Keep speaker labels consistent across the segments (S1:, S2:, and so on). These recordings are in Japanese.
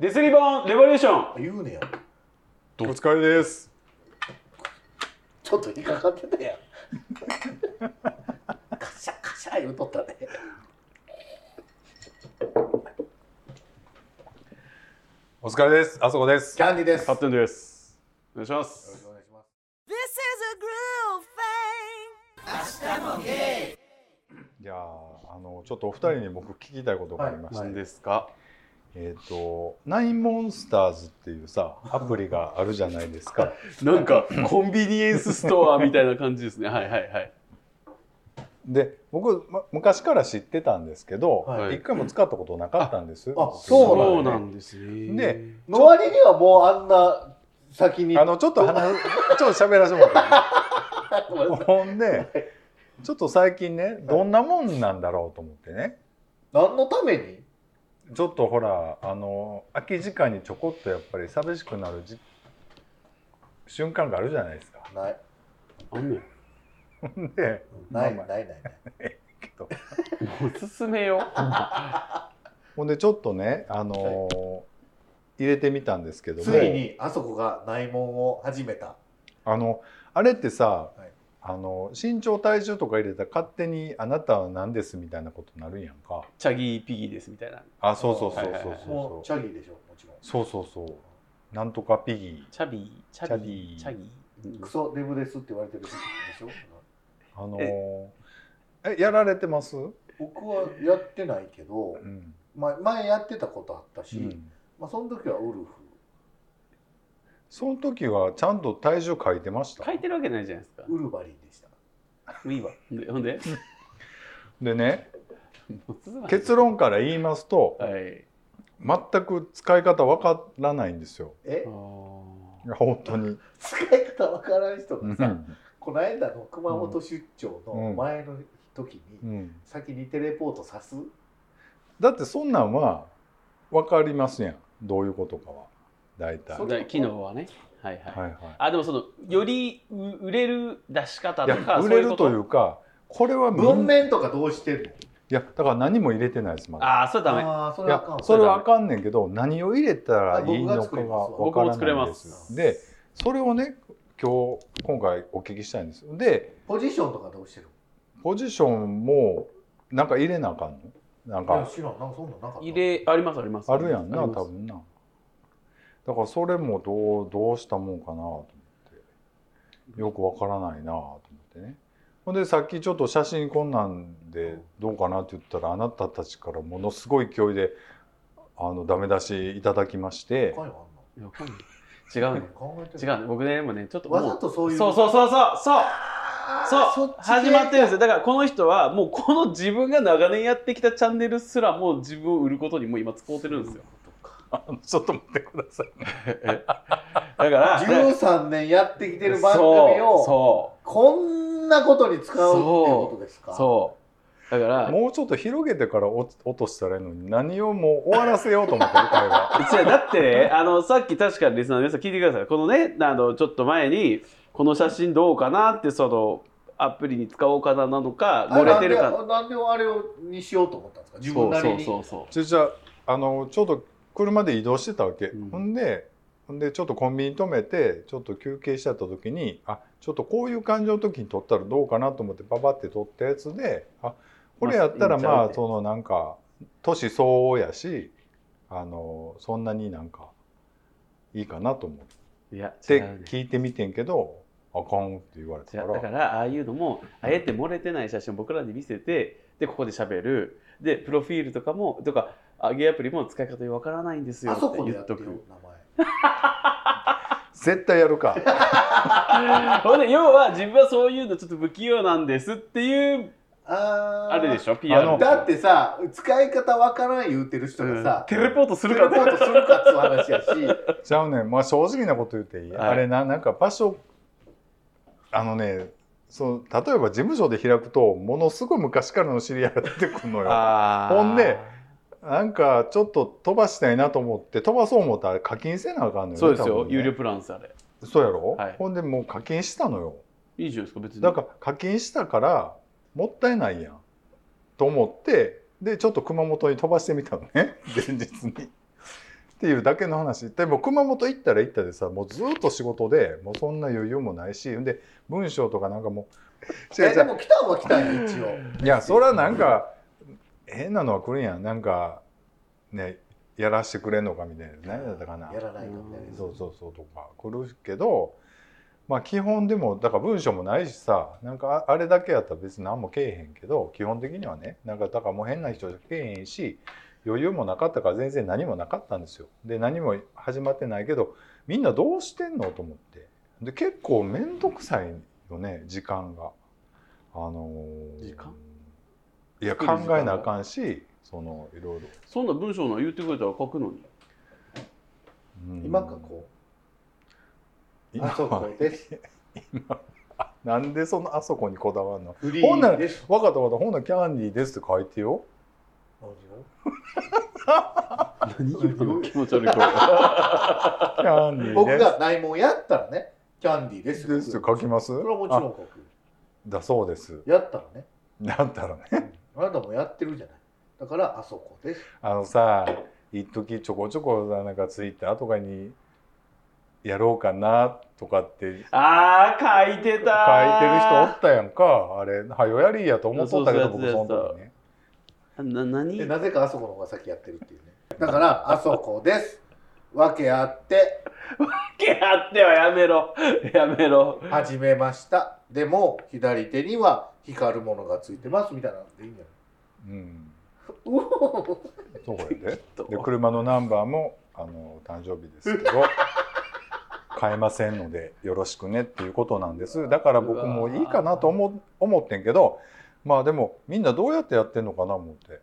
S1: デスリボンレボリューション
S2: 言うねよ
S3: お疲れです
S2: ちょっと引っかかってたやんカシャカシャ言うとったね
S3: お疲れですあそこです
S2: キャンディです
S1: カットゥンですお願いします
S2: お願いします
S4: This is a groove thing.
S3: いやーあのちょっとお二人に僕聞きたいことがありまして、
S1: 何ですか
S3: えっ、とナインモンスターズっていうさアプリがあるじゃないですか
S1: なんかコンビニエンスストアみたいな感じですねはいはいはい
S3: で僕、ま、昔から知ってたんですけど、
S2: はい
S3: 一回も使ったことなかったんです
S2: あそ
S1: そうう
S2: な
S1: なんんですね
S3: で
S2: の割にはもうあんな先に
S3: あのちょっと 話ちょっと喋らせてもらってい
S2: ごめ
S3: い
S2: んなさい
S3: ほんで、ちょっと最近ね、どんなもんなんだろうと思ってね、
S2: 何のために
S3: ちょっとほら、あの、空き時間にちょこっとやっぱり寂しくなるじ瞬間があるじゃないですか。
S2: ない
S1: あんねん
S3: ほんで、
S2: ない
S3: ま
S2: な
S3: あ
S2: い
S3: まあ
S2: ないない
S1: おすすめ よ
S3: ほんでちょっとね、あのー入れてみたんですけど
S2: つ
S3: も、
S2: いにあそこが内門を始めた
S3: あの、あれってさ、
S2: はい
S3: あの身長体重とか入れたら勝手に「あなたは何です」みたいなことになるんやんか
S1: チャギーピギーですみたいな
S3: あそうそうそうそう
S1: はいはいはい
S2: も
S3: そうう
S2: チャギーでしょもちろん
S3: そうそうそうなんとかピギー
S1: チャビーチャビー
S3: チ
S1: チ
S3: ャ
S1: ャ
S3: ビ
S1: ギー
S2: クソデブですって言われてるでしょ
S3: あのーえやられてます？う
S2: 僕はやってないけど、
S3: ん。
S2: まあ、前やってたことあった
S3: う
S2: し、
S3: ん、
S2: まあ、その時はウルフ
S3: その時はちゃんと体重書いてました
S1: 書。いてるわけないじゃないですか
S2: ウルバリンでした
S1: いいわでほんで
S3: でね、
S1: おすすめ
S3: 結論から言いますと、
S1: はい
S3: 全く使い方わからないんですよ。
S2: え
S1: あ
S3: いや本当に。
S2: 使い方わからん人
S3: う
S2: がさ、
S3: ん。
S2: この間の熊本出張
S3: う
S2: の
S3: ん
S2: 前の時に、
S3: うん、
S2: 先にテレポートさす
S3: だってそんなんはわかりますやん。どういうことかは大体。
S1: ーだ機能はねはいはい、
S3: はいは
S1: あでもそのよりう売れる出し方
S3: い。いや
S1: とか
S3: 売れる
S1: そ
S3: と
S1: う
S3: い
S1: いうこ
S3: うか、これはみん
S2: 文面とかどうしてんの
S3: いやだから何も入れてないですま
S1: と
S3: だ。
S1: ああそれダメ
S2: ああそ
S3: い
S2: れはあ
S3: や
S2: かんわ
S3: それはあかんねんけど何を入れたら
S2: あ
S3: いいのかがわか
S1: 僕
S3: ら
S1: も作れ
S3: ない
S1: ま
S3: んです
S1: す
S3: よ。でそれをね今日今回お聞きしたいんですで
S2: ポジションとかどうしてる
S3: ポジションもなんか入れなあかんのなん
S2: のいや
S3: か
S2: 知らんなんかそんなんなかった
S1: 入れありますあります
S3: あるやんな
S1: あります
S3: 多分なだからそれもどうどうしたもんかなと思ってよくわからないなと思ってねほんでさっきちょっと写真こんなんでどうかなって言ったらあなたたちからものすごい勢いであのダメ出しいただきまして
S2: 他にも
S1: いやわかんない違
S2: あ
S1: うん ね
S2: の考えて
S1: 違
S2: る
S1: うね僕ねもうねちょっとも
S2: わざ
S1: う
S2: とそういう
S1: そうそうそうそうそう
S2: あー
S1: そ
S2: そうっち系
S1: 始まってるんですよだからこの人はもうこの自分が長年やってきたチャンネルすらもう自分を売ることにもう今使うてるんですよ
S3: ちょっと待ってください
S1: だから
S2: 13年やってきてる番組を
S1: そ
S2: こんなことに使うっていうことです
S1: う
S2: か
S1: そうそうだから
S3: もうちょっと広げてから落落としたらいいのに何をもう終わらせようと思ってる会話
S1: いやだってねあのさっき確かにリスナーの皆さん聞いてくださいこのねあのちょっと前にこの写真どうかなってそのアプリに使おうかななのか
S2: あ
S1: 漏れ
S2: れなん
S1: て
S2: で
S1: るか
S2: なんであれをにしようと思ったんですか自分
S1: そう
S2: なり
S1: そう
S2: に
S1: そうそう
S3: じゃじゃあのちょうど車で移動してたわけ、
S1: うん
S3: ほんでほんでちょっとコンビニ止めてちょっと休憩しちゃった時にあちょっとこういう感情の時に撮ったらどうかなと思ってババって撮ったやつであこれやった
S1: まあい
S3: ら
S1: いんちゃう
S3: まあ
S1: って
S3: そのなんか年相応やしあのそんなになんかいいかなと思っ
S1: いや違
S3: て
S1: うね
S3: 聞いてみてんけど、あかんって言われ
S1: 違
S3: たか
S1: うだ
S3: ら
S1: からああいうのもあえて漏れてない写真を僕らに見せてでここで喋るでプロフィールとかもとかあゲイアプリも使い方わからないんですよ
S2: あそ
S1: って
S2: こで
S1: 言っ
S2: やって
S1: と
S2: よ
S1: く
S3: 絶対やるか。
S1: ほんで要は自分はそういうのちょっと不器用なんですっていう
S2: 名前あー
S1: あれでしょ PR
S3: あの
S2: だってさ使い方わからん言うてる人がさ、
S1: テレポートする
S2: テ
S1: か
S2: レ
S1: ら
S2: ポートするかっていう話やし
S3: ちゃうねんまあ正直なこと言っていい、
S1: はい
S3: あれななんか場所あのねそう例えば事務所で開くとものすごい昔からの知り合いが出てくるのよ
S1: あー
S3: ほんでなんかちょっと飛ばしたいなと思って飛ばそう思ったら課金せなあかんのよね
S1: そうです
S3: 多
S1: よ、
S3: 分ね
S1: 有料プランですあれ
S3: そうやろ、
S1: はい
S3: ほんでもう課金したのよ
S1: いいじゃないですか別に
S3: だから課金したからもったいないやん と思ってでちょっと熊本に飛ばしてみたのね前日にっていうだけの話でも熊本行ったら行ったでさもうずっと仕事でもうそんな余裕もないしんで文章とかなんかもう違う
S2: え
S3: 違
S2: で
S3: う
S2: も来たんは来たんよ一応
S3: いやそれはなんか変なのは来るやんなんかねやらしてくれんのかみたいな何だったかな
S2: やらないかみたいな
S3: そうそうそうとか来るけどまあ基本でもだから文章もないしさなんかああれだけやったら別に何もけえへんけど基本的にはねなんかだからもう変な人じゃけえへんし余裕もなかったから全然何もなかったんですよで何も始まってないけどみんなどうしてんのと思ってで結構面倒くさいよね時間があのー
S1: 時間
S3: いや
S1: 作
S3: 考
S1: る時間が
S3: えなあかんしそのいろいろ、
S1: そんな文章の言ってくれたら書くのに
S3: うん
S2: 今かこう
S3: 今
S2: あそこです
S3: なんでそのあそこにこだわるの
S2: フリ
S3: ほんな
S2: ー
S3: ら
S2: です
S3: わかったわかったほんならキャンディーですって書いてよ
S1: 何今の 気持ち悪いから
S3: キャンディー
S2: 僕
S3: です
S2: がないもんやったらねキャンディーですよ
S3: ですって書きます
S2: それはもちろん書く
S3: あだそうです
S2: やったらね
S3: だったらね
S2: あなたもやってるじゃないだからあそこです
S3: あのさ一時ちょこちょこさなんかツイッターとかにやろうかなとかって
S1: あー書いて
S3: 書いてる人お
S1: た
S3: ったやんかあれはよやりやと思っとったけど
S1: そう
S3: 僕
S1: そう
S3: そ
S1: そ
S3: の
S1: う
S3: 時ね
S1: 人おな何
S2: でなぜかあそこの方が先やってるっていうねだからあそこですわけあって
S1: けあってはやめろやめろ
S2: 始めましたでも左手には光るものがついてますみたいなのでいいんじゃない
S3: うん
S2: うお
S3: そうやで
S1: と
S3: で車のナンバーもあの誕生日ですけど買えませんのでよろしくねっていうことなんですだから僕もいいかなと思思ってんけどまあでもみんなどうやってやってんのかな思って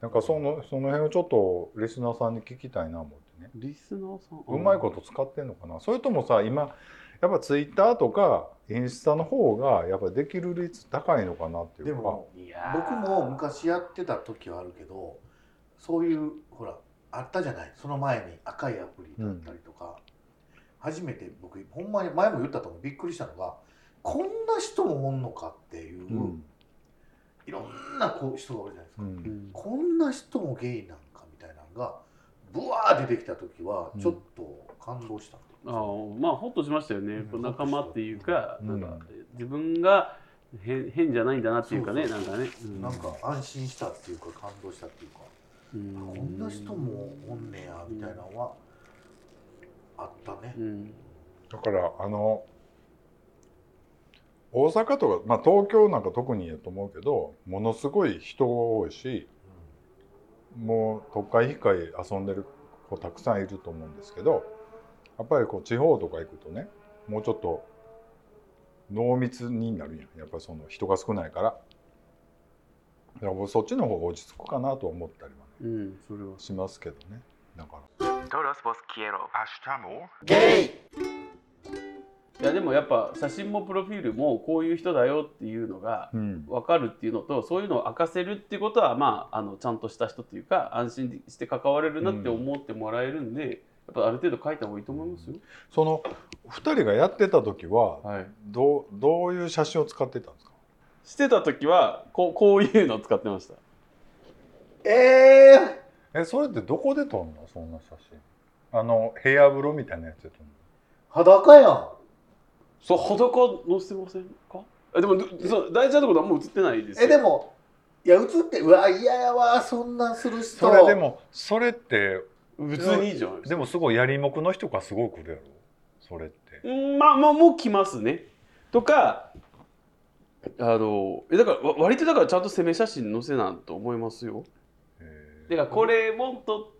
S3: なんかそのその辺をちょっとリスナーさんに聞きたいな思ってね
S1: リスナーさん
S3: うまいこと使ってんのかなそれともさ今やっぱツイッターとかインスタの方がやっぱできる率高いのかなっていう
S2: で
S3: か
S2: も
S1: いやー
S2: 僕も昔やってた時はあるけどそういうほらあったじゃないその前に赤いアプリだったりとか、初めて僕ほんまに前も言ったと思うびっくりしたのがこんな人もおんのかっていう、
S3: うん
S2: いろんなこう人がおるじゃないですか
S3: う、
S1: うんん
S2: こんな人もゲイなんかみたいなのがブワー出てきた時はちょっと感動した、
S1: あーまあほっとしましたよね、
S2: うん
S1: 仲間っていうか,、
S3: うん
S1: なんか自分が変変じゃないんだなっていうかね
S2: そうそう
S1: なんかね、うん
S2: なんか安心したっていうか感動したっていうか、
S1: うん
S2: あこんな人もおんねやみたいなのはあったね
S1: う、ん
S3: だからあの大阪とか、まあ、東京なんか特にやと思うけどものすごい人が多いしもう都会非会遊んでる子たくさんいると思うんですけどやっぱりこう地方とか行くとねもうちょっと濃密になるやんやっぱりその人が少ないからだから僕そっちの方が落ち着くかなとは思ったりはね
S1: うん、それは
S3: しますけどねだから。
S2: ゲイ
S1: いやでもやっぱ写真もプロフィールもこういう人だよっていうのが
S3: うん
S1: 分かるっていうのとそういうのを明かせるっていうことはまああのちゃんとした人っていうか安心して関われるなって思ってもらえるんで、やっぱある程度書いた方がいいと思いますよ。
S3: その2人がやってた時は
S1: はい、
S3: どうどういう写真を使ってたんですか
S1: してた時はこうこういうのを使ってました。
S2: えー、
S3: えそれってどこで撮るのそんな写真あの部屋風呂みたいなやつで撮るの
S2: 裸やん
S1: そう裸載せませんかあでもそう大事なところはもう映ってないですよ
S2: えでもいや映ってうわ嫌やわそんなんする人
S3: それでもそれって
S1: 普通にいいじゃないですか
S3: でもすごいやりもくの人がすごい来るやろそれって
S1: うんまあまあもう来ますねとかあのえだからわ割とだからちゃんと攻め写真載せなんと思いますよ
S3: えー
S1: だからこれもっと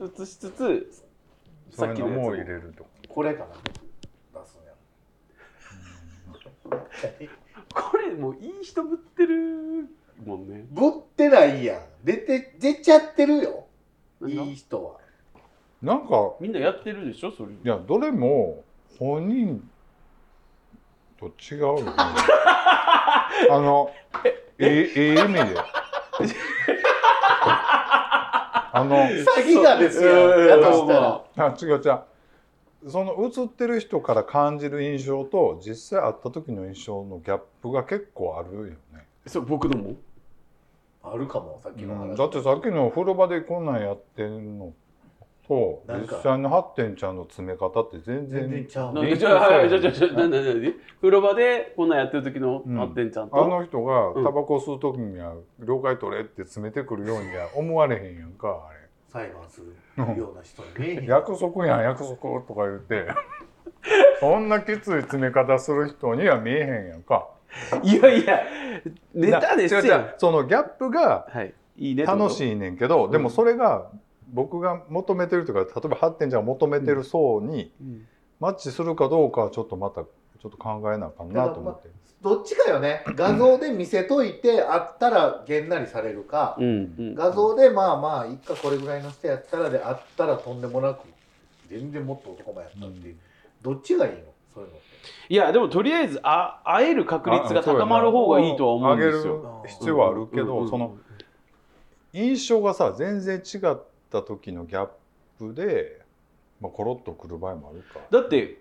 S1: 写しつつ
S3: そういうのも入れ
S1: も
S3: るとか
S2: これかな出すのや
S1: これもういい人ぶってるもんね
S2: ぶってないやん出て出ちゃってるよ
S1: なんか
S2: いい人は
S3: なんか
S1: みんなやってるでしょそれ
S3: いやどれも本人と違うよ ねあのえええ意味 であの
S2: 詐欺がですよ
S1: うん
S2: だとした
S1: ま
S2: ら
S1: あ
S3: あ違う違うその映ってる人から感じる印象と実際会った時の印象のギャップが結構あるよね、
S1: そう僕のも
S2: あるかもさっきの話、
S3: だってさっきの風呂場でこんなんやってんのそう
S2: なんか
S3: 実際の発展ちゃんの詰め方って全
S2: 全
S3: 然
S2: 然ちゃう
S1: な
S2: の
S1: ん
S3: ね
S1: で、じゃあ、はい、じゃあ、じゃあ、じゃあ、なななに風呂場で、こんなんやってる時の、
S3: うん
S1: あってんちゃん
S3: あ
S1: と。
S3: の人が
S1: うん
S3: タバコ吸う時には了解取れって詰めてくるようには思われへんやんかあ
S2: 裁判するような人に見えへ
S3: れ
S2: ん
S3: 約束やん約束とか言ってそんなきつい詰め方する人には見えへんやんか
S1: いやいや、ネタです
S3: な違う違
S1: よ
S3: う。そのギャップが
S1: はい。いいね。
S3: 楽
S1: い。
S3: しいねんけど、
S1: ん
S3: でもそれが僕が求めてるというか例えば発展じゃん求めてる層に
S1: うん
S3: マッチするかどうかはちょっとまたちょっと考えなあかんなと思って、
S2: どっちかよね画像で見せといてあったらげんなりされるか、
S1: うん。
S2: 画像でまあまあ一回これぐらいの人やったらであったらとんでもなく全然もっと男前やったっていう、どっちがいいのそういうのって
S1: いや、でも、とりあえず、あ、会える確率が高まる方がいいとは思うんですよ。
S2: よ
S3: 上げる必要はあるけど、
S1: うん
S3: その。印象がさ全然違った時のギャップで、まあ、コロッとくる場合もあるか
S1: だって。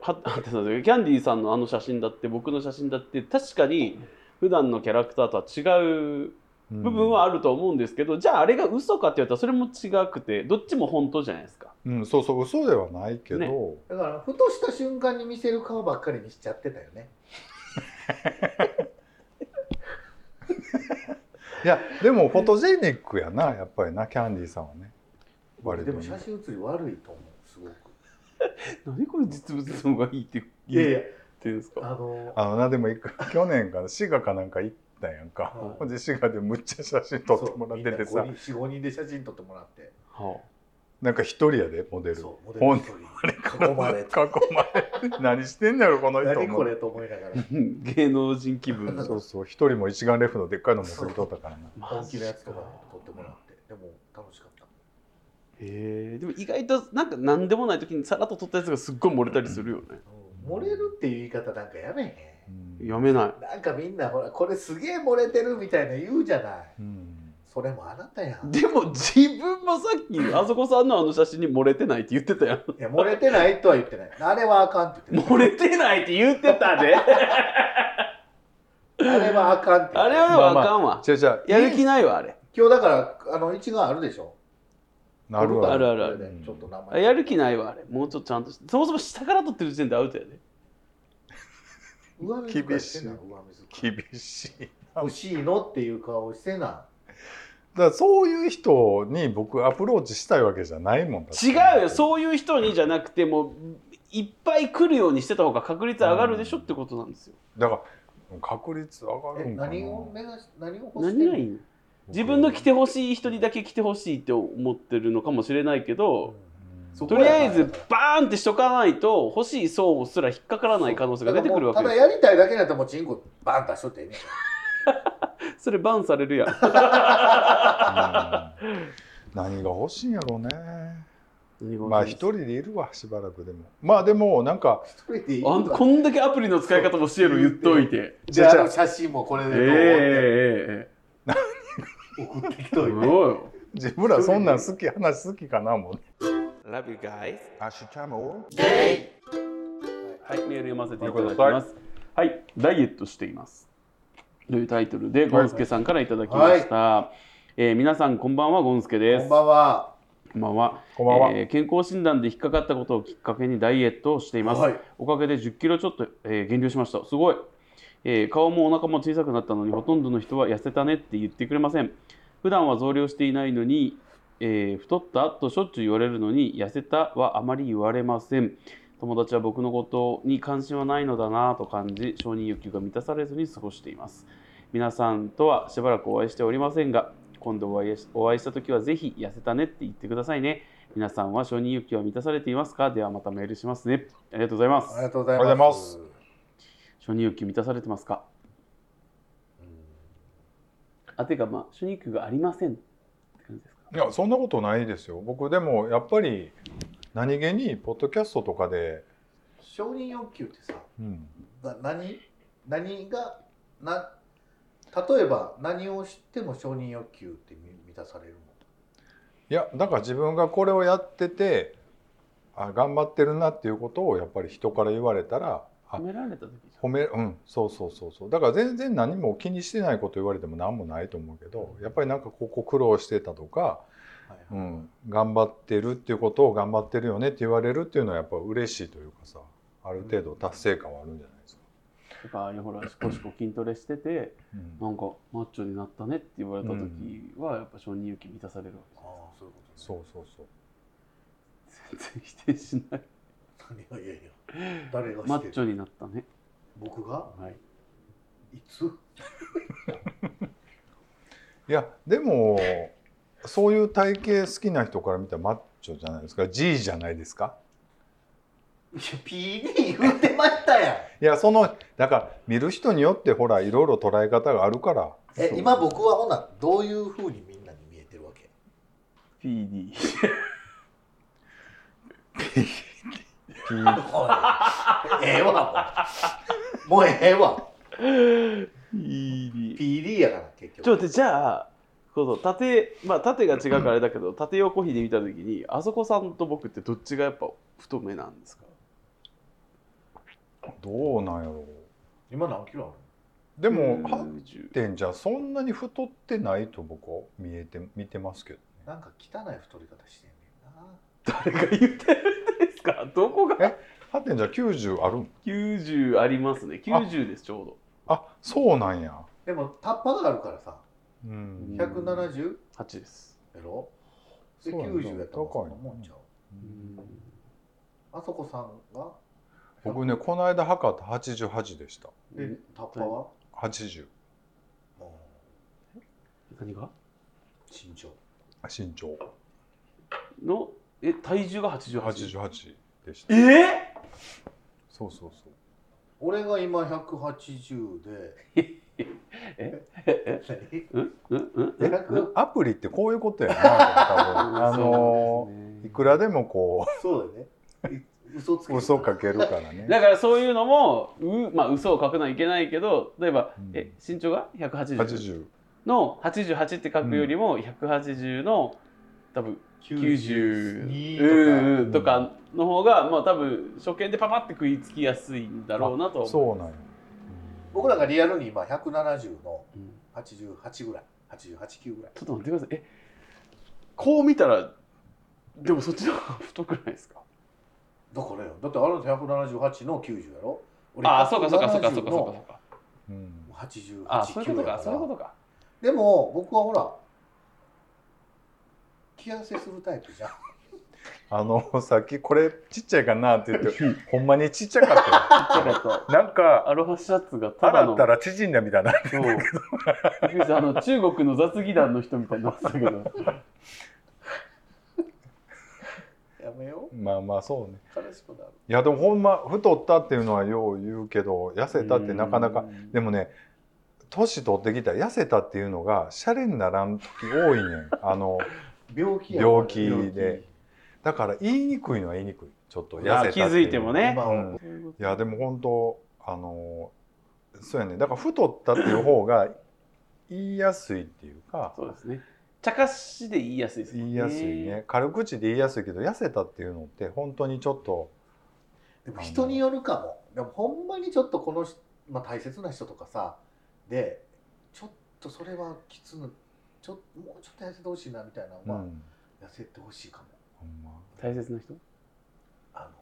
S1: は、 はてなキャンディーさんのあの写真だって、僕の写真だって、確かに。普段のキャラクターとは違う部分はあると思うんですけど、じゃああれが嘘かって言ったらそれも違くてどっちも本当じゃないですか。
S3: うん、うんそうそう嘘ではないけど、
S1: ね
S2: だからふとした瞬間に見せる顔ばっかりにしちゃってたよね
S3: いやでもフォトジェニックやなやっぱりなキャンディーさんはね割
S2: で
S3: と
S2: も
S3: ね
S2: 写真写り悪いと思うすごく
S1: 何これ実物の方がいいって
S2: いやいや
S1: っていうんですか。
S2: あの
S3: あのなでも一回 去年かな滋賀かなんか行ったやんか、
S2: はい
S3: ほんで滋賀でむっちゃ写真撮ってもらっててさ
S2: 45人で写真撮ってもらって
S1: は
S3: なんか一人やでモデル
S2: そうモデ
S3: ほ
S2: ル
S3: ん
S2: 一人
S3: 囲
S2: 囲ま
S3: ま
S2: れ
S3: れ
S2: て
S3: 何してんねやろこの人
S2: 何これと思いながら
S1: あ 芸能人気分
S3: そうそう一人も一眼レフのでっかいの持ってきとったからな
S2: 大きなやつとか撮ってもらってでも楽しかった
S1: へえでも意外となんか何でもない時にさらっと撮ったやつがすっごい漏れたりするよね。
S2: うん漏れるっていう言い方なんかやめへん
S3: うん
S1: やめない。
S2: なんかみんなほらこれすげえ漏れてるみたいな言うじゃない
S3: うん
S2: それもあなたやんい
S1: でも自分もさっきあそこさんのあの写真に漏れてないって言ってたやん。
S2: や漏れてないとは言ってないあれはあかんって言って
S1: 漏れてないって言ってた で。
S2: るあれはあかんって言っ
S1: あ
S2: て
S1: れ
S2: る
S1: はあかんわ。
S3: 違う違う
S1: やる気ないわあれ。
S2: 今日だからあの一眼あるでしょ
S3: なる
S1: あ
S3: わ
S1: るあるある
S2: これでちょっと名
S1: あ
S2: 前
S1: やる気ないわあれ。もうちょっとちゃんとしそもそも下から撮ってる時点でアウトやで。
S2: 上目遣いしてな上目遣い
S3: 厳しい
S2: 欲しいのっていう顔してな
S3: だからそういう人に僕アプローチしたいわけじゃないもんだって
S1: 違うよそういう人にじゃなくてもういっぱい来るようにしてた方が確率上がるでしょってことなんですよ。
S3: だから確率上が
S2: え
S3: るんかな
S2: 何を目指し何を欲し
S1: 何が
S2: て
S1: いい
S2: んの
S1: の自分の来てほしい人にだけ来てほしいって思ってるのかもしれないけど、
S3: うん
S2: そ
S1: と
S2: こ
S1: り
S2: やな
S1: あえずバーンってしとかないと欲しい層すら引っかからない可能性が出てくるわけで
S2: だか
S1: す
S2: らもうただやりたいだけなんてもうチンコバン出しとってええねん
S1: それバンされるやん。
S3: うん何が欲しいんやろうねまあ一人でいるわしばらくでもまあでもなんか
S2: 一人でいい
S1: あんこんだけアプリの使い方教えろ言っといて。
S2: じゃああの写真もこれ
S1: ええ
S2: で
S1: え
S2: どう
S1: ええ
S2: 送ってき
S1: え
S2: といて
S1: おい。
S3: 自分らそんなん好き話好きかなもん
S1: Love you guys.
S3: アシュチャモ
S1: はい、メール読ませていただきます。はい、ダイエットしています。というタイトルで、ゴンスケさんからいただきました。えー皆さん、こんばんは、ゴンスケで
S2: こ
S1: す。
S2: んばんは
S1: こんばんは。
S3: こんばんは
S1: えー健康診断で引っかかったことをきっかけにダイエットをしています。
S2: はい
S1: おかげで10キロちょっと、えー減量しました。すごい、えー顔もお腹も小さくなったのに、ほとんどの人は痩せたねって言ってくれません。普段は増量していないのに、えー太ったとしょっちゅう言われるのに、痩せたはあまり言われません。友達は僕のことに関心はないのだなぁと感じ、承認欲求が満たされずに過ごしています。皆さんとはしばらくお会いしておりませんが、今度お会いしお会いした時はぜひ痩せたねって言ってくださいね。皆さんは承認欲求は満たされていますかではまたメールしますね。ありがとうございま
S2: あり
S1: す。
S2: がとうござい
S3: ありがとうご
S2: ま
S3: ざいます
S2: す
S1: 承認欲求満たされてますかあ、ていうかまあ、承認欲求がありませんって感じですか。
S3: いやそんなことないですよ僕でもやっぱり何気にポッドキャストとかで、
S2: 承認欲求ってさ
S3: うん、
S2: な何何がな例えば何をしても承認欲求ってみ満たされる
S3: いやだから自分がこれをやっててあ頑張ってるなっていうことをやっぱり人から言われたらあ
S1: 褒められた時じ
S3: 褒めうんそうそうそうそうだから全然何も気にしてないこと言われても何もないと思うけどやっぱりなんかここ苦労してたとか
S2: はいはい
S3: うん、頑張ってるっていうことを頑張ってるよねって言われるっていうのはやっぱ嬉しいというかさある程度達成感はあるんじゃないですか。
S1: とかほらしこしこ筋トレしてて
S3: うん
S1: なんかマッチョになったねって言われた時はやっぱ承認欲求満たされるわ
S2: ああそういうことね
S3: そうそうそう
S1: けです、全然否定しない
S2: 何がいやいや誰が
S1: マ
S2: し
S1: ッ
S2: て
S1: チョになったね
S2: 僕が
S1: はい
S2: いつ
S3: いやでもそういう体型好きな人から見たらマッチョじゃないですか G じゃないですか
S2: いや PD 言うてましたやん
S3: いやそのだから見る人によってほらいろいろ捉え方があるから
S2: え
S3: そう
S2: 今僕はほなどういうふうにみんなに見えてるわけ
S1: PD
S3: P
S2: おいええわもうもうええわ
S1: PD
S2: PD やから結
S1: ちょっと
S2: 局
S1: 待ってじゃあこの縦まあ縦が違うからあれだけど、縦横比で見た時にあそこさんと僕ってどっちがやっぱ太めなんですか
S3: どうなんやろ
S2: 今何キロ
S3: うでも
S1: 90
S3: ハッテンじゃそんなに太ってないと僕は見えて見てますけど
S2: あるなんか汚い太り方してんねんな
S1: 誰が言ってるんですかどこが
S3: ハッテンじゃ90あるん
S1: 90ありますね90ですちょうど
S3: あそうなんや
S2: でもタッパがあるからさ
S3: うん
S2: 170
S1: 8です
S2: やろ
S3: そ
S2: で
S3: うなんだ
S2: 90やったら
S3: 高
S2: そん
S3: いな
S2: なもんちゃうあそこさんが
S3: 僕ねこの間測った88でした
S2: でタッパは
S3: 80
S2: も
S1: 何が
S2: う身長
S3: 身長
S1: のえ体重が88
S3: 88でした
S1: ええ
S3: そうそうそう
S2: 俺が今180で
S1: え
S2: 何
S1: うんうんうん
S2: え楽
S3: アプリってこういうことやな多分あのーいくら
S1: で
S3: でもこ
S2: そうだねい嘘つけ
S3: う嘘かけるからね
S1: だからそういうのもうまあ嘘を書くのはいけないけど例えば、
S3: うん
S1: え身長が180
S3: 80
S1: の88って書くよりも180の多分90うんうんとかの方がまあ多分初見でパパって食いつきやすいんだろうなとは思う
S3: そうなんや
S2: 僕らがリアルに今170の
S1: うん
S2: 88ぐらい889ぐらい
S1: ちょっと待ってください。え、こう見たら、でもそっちの方が 太くないですか。
S2: だからよだってあなた178の90やろ俺
S1: ああ、そうか、そうか、そうか、そうか、そうか、
S2: 170の
S1: か。
S3: うん
S2: 88
S1: あ、そういうことか、
S2: 9
S1: そういうことか。
S2: でも僕はほら気痩せするタイプじゃん
S3: あの さっきこれちっちゃいかなって言ってほんまにちっちゃか ったよなんか
S1: アロハシャツがただ
S3: 洗
S1: の。
S3: ったら縮んだみたいな
S1: そう。びっくりしたあの中国の雑技団の人みたいになってたけど。
S2: やめよ
S3: まあまあそうね
S2: う悲しくなる
S3: いやでもほんま太ったっていうのはよう言うけど痩せたってなかなか
S1: うん
S3: でもね年取ってきたら痩せたっていうのがシャレにならん時多いね んあの
S2: 病気や
S3: 病気でだから言いにくいのは言いにくいちょっと痩せたってう
S1: あ気づいてもね
S2: 今は
S1: そういうこ
S3: い
S1: と
S3: やでも本当あのそうやねだから太ったっていう方が言いやすいっていうか
S1: そうですね。茶化しで言いやすいですも
S3: 言
S1: ん
S3: いやすいね。軽口で言いやすいけど痩せたっていうのって本当にちょっと
S2: でも人によるかもでもほんまにちょっとこの人、まあ、大切な人とかさでちょっとそれはきついちょもうちょっと痩せてほしいなみたいな
S3: うん
S2: のは、痩せてほしいかも
S3: ほんま
S1: 大切な人。
S2: あの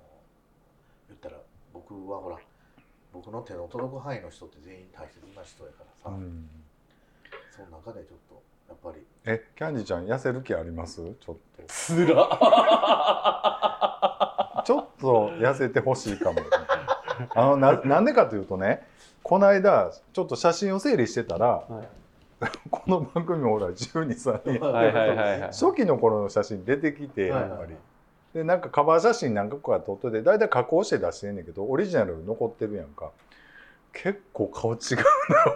S2: 言ったら僕はほら僕の手の届く範囲の人って全員大切な人やからさ、
S3: うん
S2: その中でちょっとやっぱり
S3: えキャンディちゃん痩せる気ありますちょっ
S1: つら。
S3: とちょっと痩せてほしいかもあのななんでかというとねこの間ちょっと写真を整理してたら
S1: はい
S3: この番組もほら12さ んに
S1: はいはいはいはい
S3: 初期の頃の写真出てきてやっぱり、でなんかカバー写真何個か撮ってて大体加工して出してんねんけどオリジナル残ってるやんか結構顔違う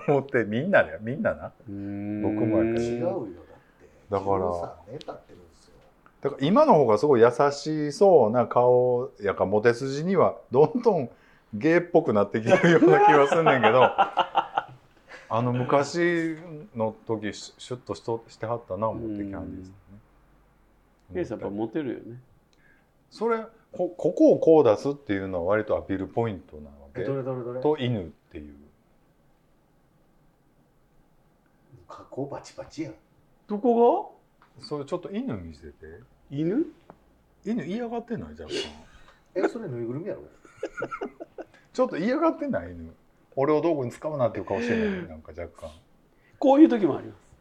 S3: な思ってみんなでみんなな僕
S1: 僕
S3: もやけど
S2: 違うよだって
S3: だから
S2: ネタってるんですよ
S3: だから今の方がすごい優しそうな顔やからモテ筋にはどんどんゲイっぽくなってきてるような気はすんねんけどあの昔の時シュッとしとしてはったな思ってキャンディーさんね。
S1: ケイさんやっぱモテるよね。
S3: それこここをこう出すっていうのは割とアピールポイントなわ
S2: え
S3: け
S2: どれどれどれ
S3: と犬っていう
S2: 加工バチバチやん
S1: どこ
S3: それちょっと犬見せて
S1: 犬
S3: 犬嫌がってない若干
S2: えそれぬいぐるみやろ
S3: ちょっと嫌がってない犬俺を道具に使うなっていう顔してるのになんか若干
S1: こういう時もあります。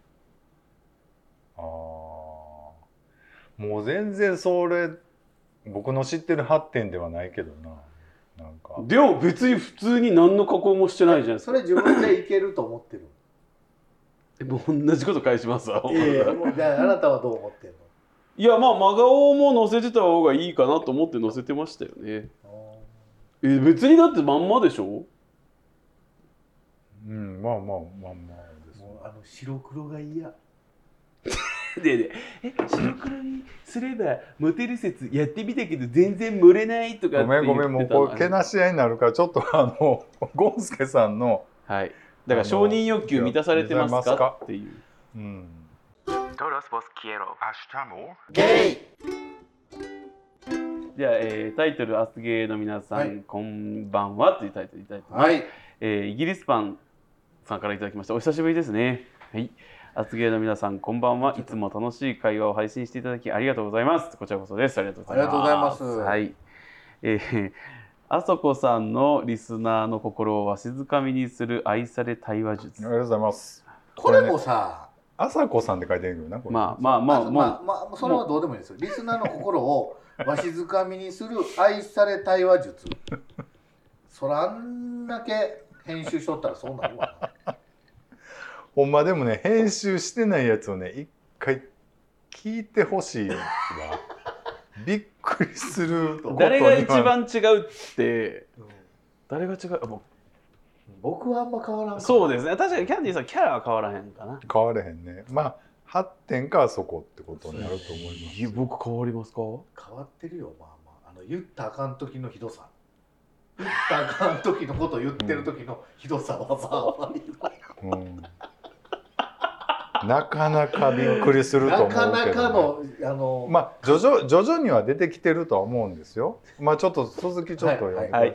S3: ああもう全然それ僕の知ってる発展ではないけどななんか
S1: でも別に普通に何の加工もしてないじゃないです
S2: そ
S1: か。
S2: れ自分でいけると思ってる
S1: もう同じこと返しますわ。
S2: ええ もうじゃああなたはどう思ってんの
S1: いやまあ真顔も載せてた方がいいかなと思って載せてましたよね。
S2: あ
S1: え別にだってまんまでしょ
S3: うんまあまあまあまあで
S2: ー
S3: す
S2: もうあの白黒が嫌
S1: でねえ白黒にすればモテる説やってみたけど全然漏れないとか
S3: ごめんごめんもうこうけなし合いになるからちょっとあの ゴンスケさんの
S1: はいだから承認欲求満たされてます
S3: 満たされ
S1: か
S3: ますか
S1: っていう
S3: うん
S2: ゲイ
S1: じゃあ、えータイトル「アスゲーの皆さん、
S2: はい
S1: こんばんは」というタイトルいただいてます、
S2: はい
S1: えーイギリスパンさんからいただきましたお久しぶりですねはい厚芸の皆さんこんばんはいつも楽しい会話を配信していただきありがとうございますこちらこそですありがとうございます
S2: ありがとうございます
S1: はいえーあそこさんのリスナーの心をわしづかみにする愛され対話
S3: あり
S1: 術
S3: がとうございます
S2: これもさ
S3: あさこさんって書いてるけどなこれ
S1: まあまあまあ
S2: ま
S1: ま
S2: あ、
S1: あ、
S2: まあまあ、それはどうでもいいですよ。リスナーの心をわしづかみにする愛され対話術。そらあんだけ編集しとったらそうなるわな。
S3: ほんまでもね編集してないやつをね一回聞いてほしいわびっくりすること
S1: 誰
S3: には
S1: が一番違うって誰が違うあも
S2: 僕はあんま変わらんか
S1: う
S2: ら。
S1: そう
S2: で
S1: ですね確かにキャンディーさんキャラは変わらへんかな
S3: 変われへんねまあ発展かあそこってことになると思います
S1: いや僕変わりますか
S2: 変わってるよ、まあまあ。あの言ったらあかん時のひどさ。言ったらあかん時のことを言ってる時のひどさはまあま
S3: うんなかなかびっくりすると
S2: あ、
S3: 思う
S2: な
S3: け
S2: か
S3: ど、ね、
S2: なかの、あの、
S3: まあ徐々徐々には出てきてるとは思うんですよまあちょっと続きちょっと読んでくださ、
S1: はいい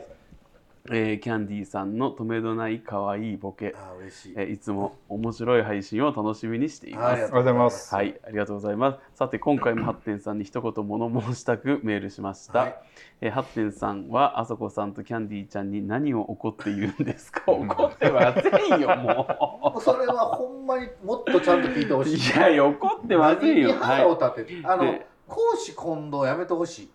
S1: えーキャンディーさんの止めどない可愛いボケ、
S2: ああ、嬉しい。
S1: えーいつも面白い配信を楽しみにしてい
S2: あ
S1: ま
S2: りが
S1: す。
S2: とうございます。
S1: はい、ありがとうございます。さて、今回もハッテンさんに一言物申したくメールしました。
S2: はい
S1: えーハッテンさんは、あそこさんとキャンディーちゃんに何を怒っているんですか怒ってませんよ、も
S2: それはほんまにもっとちゃんと聞いてほ
S1: う。
S2: しい。
S1: いやいや、怒ってませんよ。
S2: 何に
S1: は
S2: 腹を
S1: い。
S2: 立てて、あの
S1: で
S2: 講師近藤やめてほしい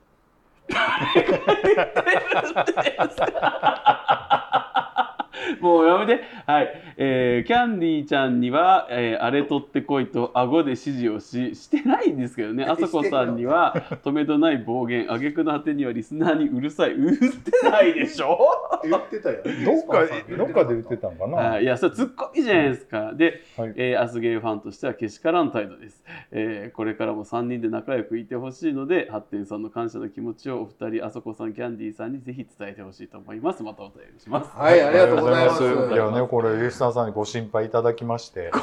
S1: もうやめて。はい。えーキャンディーちゃんには、えーあれ取ってこいと顎で指示をし、してないんですけどね。あそこさんには、止めどない暴言、挙句の果てにはリスナーにうるさい。うるってないでしょ
S2: 言ってたよ
S3: どっかどっかで言ってたんかな、
S1: はい、いや、それツッコミじゃないですか。で、
S3: はい
S1: えーアスゲーファンとしてはけしからん態度です。えーこれからも3人で仲良くいてほしいので、ハッテンさんの感謝の気持ちをお二人、あそこさん、キャンディーさんにぜひ伝えてほしいと思います。またお便りします。
S2: はいありがとうございま
S1: あ
S2: す
S1: りがとうござ
S3: いやね、これリスナーさんにご心配いただきまして、
S2: は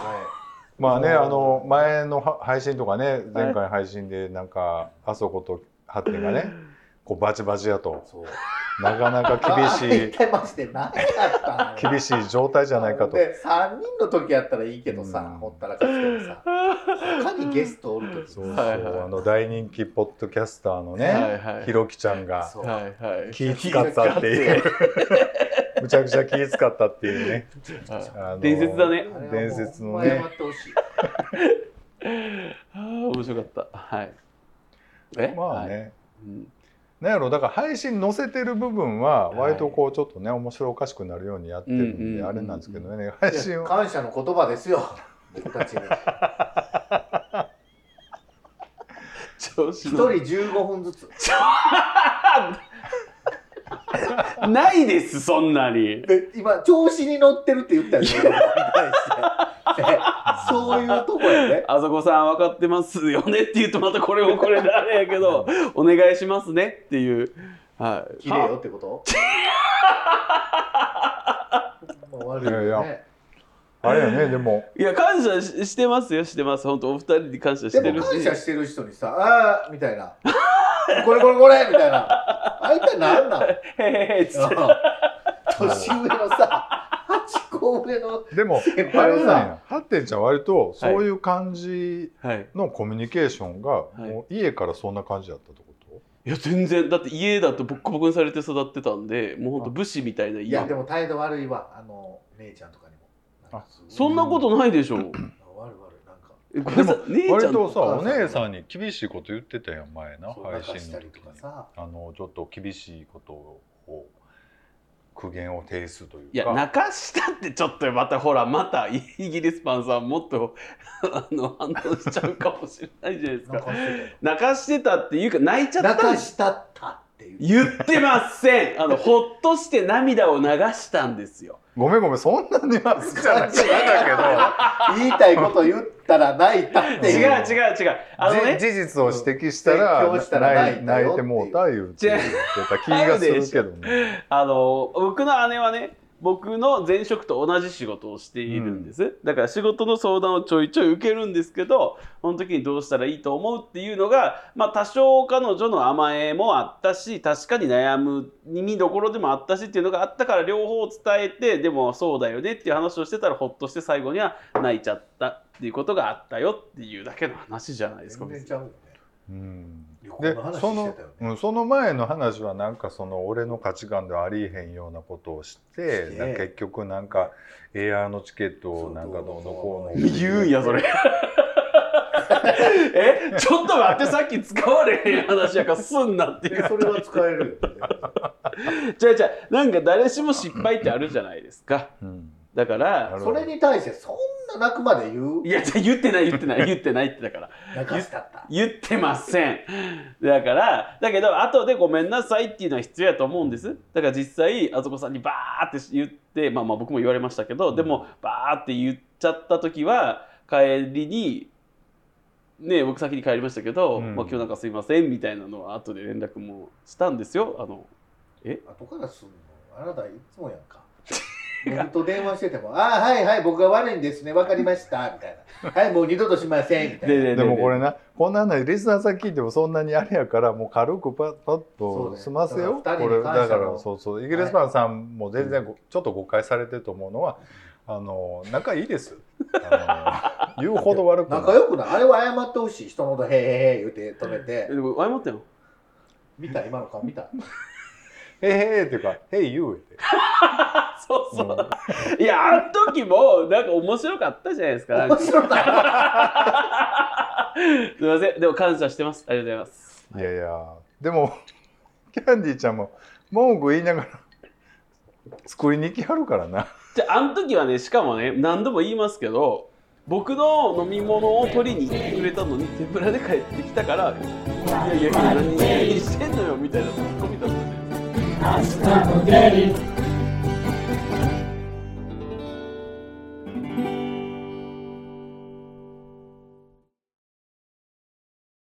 S3: まあね、
S2: うん
S3: あの前のは配信とかね、前回の配信でなんかあそこと発展がね、こうバチバチや
S2: い
S3: と
S2: そう
S3: なかなか厳し
S2: 言っ
S3: い
S2: てまして何やった
S3: 厳しい状態じ
S2: じ
S3: ゃない かと。
S2: で3人の時やったらいいけどさ、
S3: うん
S2: ほったらかすけどさ他にゲストおる時
S3: そうそう、
S1: はいはい
S3: あの大人気ポッドキャスターのね、
S1: はいはい
S3: ひろきちゃんが
S2: そう
S1: はいはい。
S3: 気使ったっていう
S1: 気使っ、
S3: むちゃくちゃ気使ったっていうね。
S1: てはい
S3: あの
S1: 伝説だね。
S2: あれはもう
S3: 伝説の
S2: ほん
S3: ね
S2: ま。謝ってほしい
S1: あー面白かった。はい。え
S3: まあね。
S1: はいうん
S3: なんやろだから配信載せてる部分は割とこうちょっとね、面白おかしくなるようにやってる
S1: うんうん
S3: ん
S1: うん
S3: で
S1: うん
S3: あれなんですけどね配信を
S2: 感謝の言葉ですよ僕たちに
S1: 調子
S2: 一
S1: の
S2: 人15分ずつ
S1: ないです、そんなに。
S2: で今調子に乗ってるって言ったよね対してね そういうとこやね
S1: あそこさん分かってますよねって言うとまたこれもこれであれやけどお願いしますねっていう、はい、
S2: 綺麗よってことまあ悪いよね
S3: いやいあれやねでも
S1: いや感謝ししてますよしてます本当お二人に感謝して
S2: で
S1: る
S2: も
S1: し
S2: 感謝してる人にさ「ああ」みたいな「これこれこれ」みたいなあいつは何なん
S1: へへへっつって
S2: 年上のさ8個個上の
S3: でも
S2: 先
S3: あ
S2: 輩
S3: れ
S2: を
S3: なん
S2: さ
S3: やハッテンちゃん割とそういう感じ
S1: はい
S3: のコミュニケーションが、
S1: い
S3: もう家からそんな感じだったってこと
S1: いや全然だって家だとボッコボコにされて育ってたんでもうほんと武士みたいな家
S2: いやでも態度悪いわあの姉ちゃんとかにもんかすごい
S1: そんなことないでしょ
S2: 悪い悪いなんか
S1: えごめんなさい姉ち
S3: 割
S1: ゃん
S3: とさ
S2: お母さん
S3: お
S2: が
S3: 姉さんに厳しいこと言ってたやん前な
S2: そうな
S3: 配
S2: んかし
S3: 信
S2: た
S3: の
S2: り
S3: 時
S2: と
S3: に
S2: かさ
S3: あのちょっと厳しいことを苦言を呈すというか
S1: いや泣かしたってちょっとまたほらまたイギリスパンさんもっとあの反応しちゃうかもしれないじゃないです
S2: なん
S1: か
S2: かし
S1: 泣かし
S2: て
S1: てたっていうか泣いちゃ
S2: た
S1: った
S2: 泣
S1: んで
S2: か
S1: す
S2: したったっていう
S1: 言ってませんあのほっとして涙を流したんですよ
S3: ごめんごめんそんなニュアンスじ ゃないんだ
S2: 言いたいこと言ったら泣いたっ
S1: 違
S2: て
S1: う違う
S2: いう
S1: 違うあの
S3: けど
S1: ね
S3: じ事実を指摘したら,、
S2: うん説教したら
S3: 泣い泣いてもうたいうって言ってた気がするけど ね
S1: あの僕の姉はね僕の前職と同じ仕事をしているんです、だから仕事の相談をちょいちょい受けるんですけどその時にどうしたらいいと思うっていうのが、まあ、多少彼女の甘えもあったし確かに悩む見どころでもあったしっていうのがあったから両方伝えてでもそうだよねっていう話をしてたらほっとして最後には泣いちゃったっていうことがあったよっていうだけの話じゃないですか
S2: 全。然ちゃうよね
S3: うん
S2: 旅
S3: で
S2: 行の話してた
S3: そ
S2: よ
S3: の
S2: ね、
S3: うん、その前の話はなんかその俺の価値観ではありえへんようなことをして
S2: して
S3: なんか結局なんか AR のチケットをなんかどうのこうの
S1: 言うんやそれ えちょっと待ってさっき使われへん話やからすんなっていう
S2: でそれは使えるよね
S1: 違う違うなんか誰しも失敗ってあるじゃないですか
S3: うん
S1: だから
S2: それに対してそんな泣くまで言う
S1: いやじゃあ言ってない言ってない言ってないってだから
S2: 泣かしたった
S1: 言ってませんだからだけど後でごめんなさいっていうのは必要やと思うんですだから実際あそこさんにバーって言ってまあまあ僕も言われましたけどでもバーって言っちゃった時は帰りにね僕先に帰りましたけど、
S3: うん
S1: まあ、今日なんかすいませんみたいなのは後で連絡もしたんですよあの
S2: 後からすんのあなたいつもやんか僕と電話してても「ああはいはい僕が悪いんですねわかりました」みたいな「はいもう二度としません」みたいな、
S1: ねえねえ
S3: でもこれなこんな話リスナーさん聞いてもそんなにあれやからもう軽くパッパッ
S2: そう
S3: と
S2: ね
S3: 済ませよう、
S2: だから
S3: こ
S2: 二人
S3: れ
S2: に
S3: だ
S2: 関しては
S3: からそうそうイギリスパンさんも全然ごちょっと誤解されてると思うのはあの仲いいですあ の言うほど悪くない
S2: 仲良くないあれは謝ってほしい人のこと「へーへーへー言うて止め
S1: え
S2: て
S1: でも謝ったよ
S2: 見た今の顔 見た
S3: へいへいっていうか「へい言う」って
S1: あ そうそう、いやあの時もなんか面白かったじゃないですかなんか
S2: 面白ない
S1: すいませんでも感謝してますありがとうございます
S3: いやいやでもキャンディーちゃんも文句言いながら作りに来はるからな
S1: じゃああの時はねしかもね何度も言いますけど僕の飲み物を取りに行ってくれたのに手ぶらで帰ってきたから「いやいや何何してんのよ」みたいな突っ込みだったじゃないですか
S5: Hasta forget it.